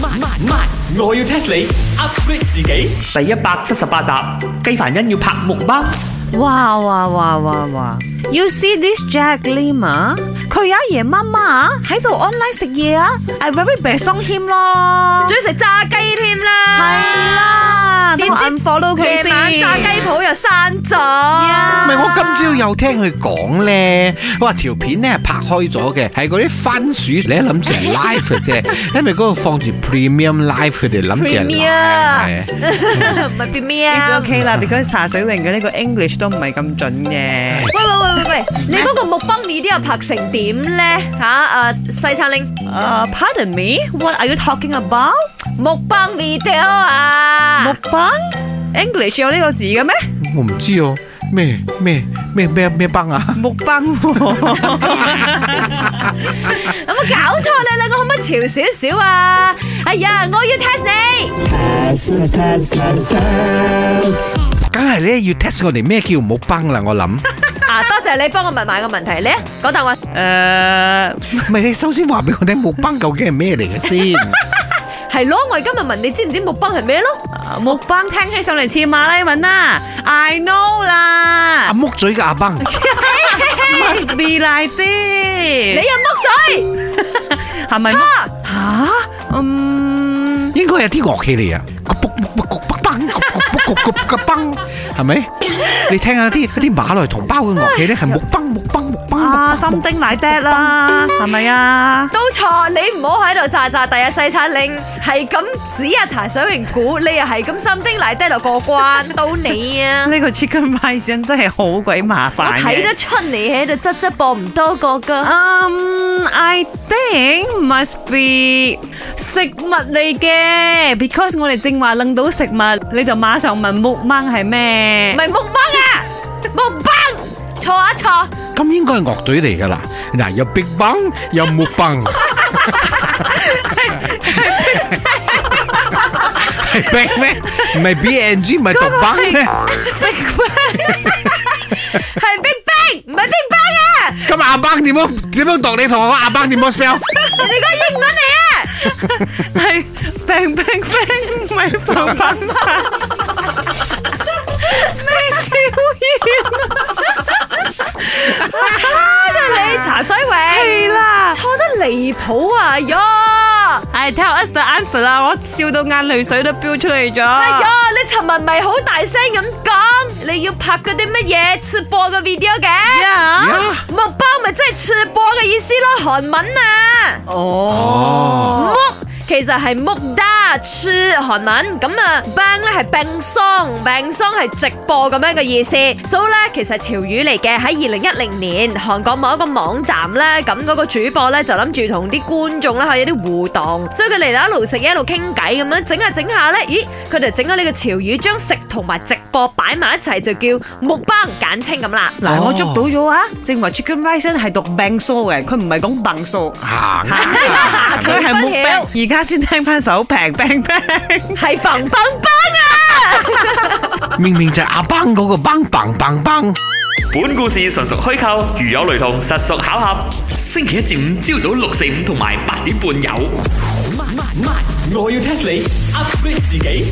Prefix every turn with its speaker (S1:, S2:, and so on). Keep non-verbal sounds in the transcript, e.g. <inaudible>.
S1: 慢慢慢，我要 test 你 upgrade 自己。
S2: 第一百七十八集，雞凡欣要拍木包，
S3: 哇哇哇哇哇！You see this Jack Lima？佢有一夜媽媽啊喺度 online 食嘢啊，I very bad song him 咯，
S4: 仲要食炸雞添啦，
S3: 係啦，等我 unfollow 佢
S4: 夜晚
S3: 先。
S4: 炸雞鋪又閂咗。
S3: 呀
S5: 唔係，我今朝又聽佢講咧，話條片咧係拍開咗嘅，係嗰啲番薯你一諗住係 live 嘅啫，因為嗰度放住 premium live，佢哋諗住係
S4: Premium
S5: live
S4: <laughs>
S5: 係。
S4: 唔係變咩
S3: It's
S4: 啊？
S3: OK 啦，because 茶水榮嘅呢個 English 都唔係咁準嘅。
S4: 喂喂喂喂喂，你嗰個木崩你啲又拍成點咧？吓誒西餐拎
S3: 啊，pardon Ờ, me，what are you talking about？
S4: 木崩 video 啊 À.
S3: 木！棒？English 有呢個字嘅咩？
S5: 我唔知哦，咩咩咩咩咩崩啊！
S3: 木棒 <laughs>
S4: 有冇搞錯你兩個可唔可以潮少少啊？哎呀，我要 test 你。
S5: 梗係咧要 test 我哋咩叫冇崩啦，我諗。
S4: 啊，多謝你幫我問埋個問題，你啊講答案。
S3: 誒，
S5: 唔係你首先話俾我聽冇崩究竟係咩嚟嘅先？
S4: 係咯，我而家咪問你知唔知木崩係咩咯？
S3: 木棒聽起上嚟似馬拉文啊！I à? know
S5: 阿
S3: 啦
S5: 木嘴嘅阿崩，
S3: ，must be like
S4: 你
S3: this，
S4: 又木嘴，
S3: 係咪？吓，嗯，
S5: 應該係啲樂器嚟啊！個卜卜卜卜崩，個卜卜卜個崩，係咪？你聽下啲啲馬來同胞嘅樂器咧，係木崩木崩木崩。
S3: 啊，心丁奶爹啦，係咪啊？
S4: 都錯，你唔好喺度詐詐第日西餐令，係咁指啊茶水榮估，你又係咁心丁奶爹就過關，到你啊！
S3: 呢個 chicken rice 真係好鬼麻
S4: 我
S3: 煩嘅。
S4: 睇得出你喺度側側播唔多個噶，
S3: Um, I think must be 食物嚟嘅，because 我哋正話諗到食物，你就馬上問木掹係
S4: 唔
S3: 咩？
S4: 係木崩啊，木崩，錯啊錯，
S5: 咁應該係樂隊嚟㗎啦。嗱，有 Big Bang，有木崩，係 Big 咩？唔係 B N G，唔係毒崩咩？
S4: <laughs> 係 Big Bang，唔係 Big Bang à? 啊，
S5: 咁阿崩點樣點樣讀？你同我講阿崩點樣 spell？
S4: 你講英文嚟啊！
S3: 係冰冰冰，唔係棒棒冰。咩
S4: 你茶水榮
S3: 係啦
S4: 錯得離譜啊
S3: 笑
S4: 呀！
S3: 嘢？Tell us the answer 啦，我笑到眼淚水都飆出嚟咗。
S4: 哎呀，你尋日咪好大聲咁講，你要拍嗰啲乜嘢直播嘅 video 嘅？
S3: 呀！
S4: 木包咪即係直播嘅意思咯，韓文啊，
S3: 哦，
S4: 木其實係木打出韓文，咁啊 bang 咧係病喪，病喪係直播咁樣嘅意思。so 咧其實係潮語嚟嘅，喺二零一零年韓國某一個網站咧，咁嗰個主播咧就諗住同啲觀眾咧可以有啲互動，所以佢哋一路食嘢一路傾偈咁樣整下整下咧，咦佢哋整咗呢個潮語，將食同埋直播擺埋一齊就叫木 bang 簡稱咁啦。
S3: 嗱，我捉到咗啊！正話 chicken rice 係讀病蘇嘅，佢唔係講笨蘇。
S5: 行
S4: 啊
S3: 佢係木
S4: 佢不
S3: 柄，而家先聽翻首平平平。
S4: 係蹦蹦蹦啊！
S5: 明明就係阿崩嗰個崩崩崩崩。
S1: 本故事純屬虛構，如有雷同，實屬巧合。星期一至五朝早六四五同埋八點半有。慢慢慢，我要 test 你 upgrade 自己。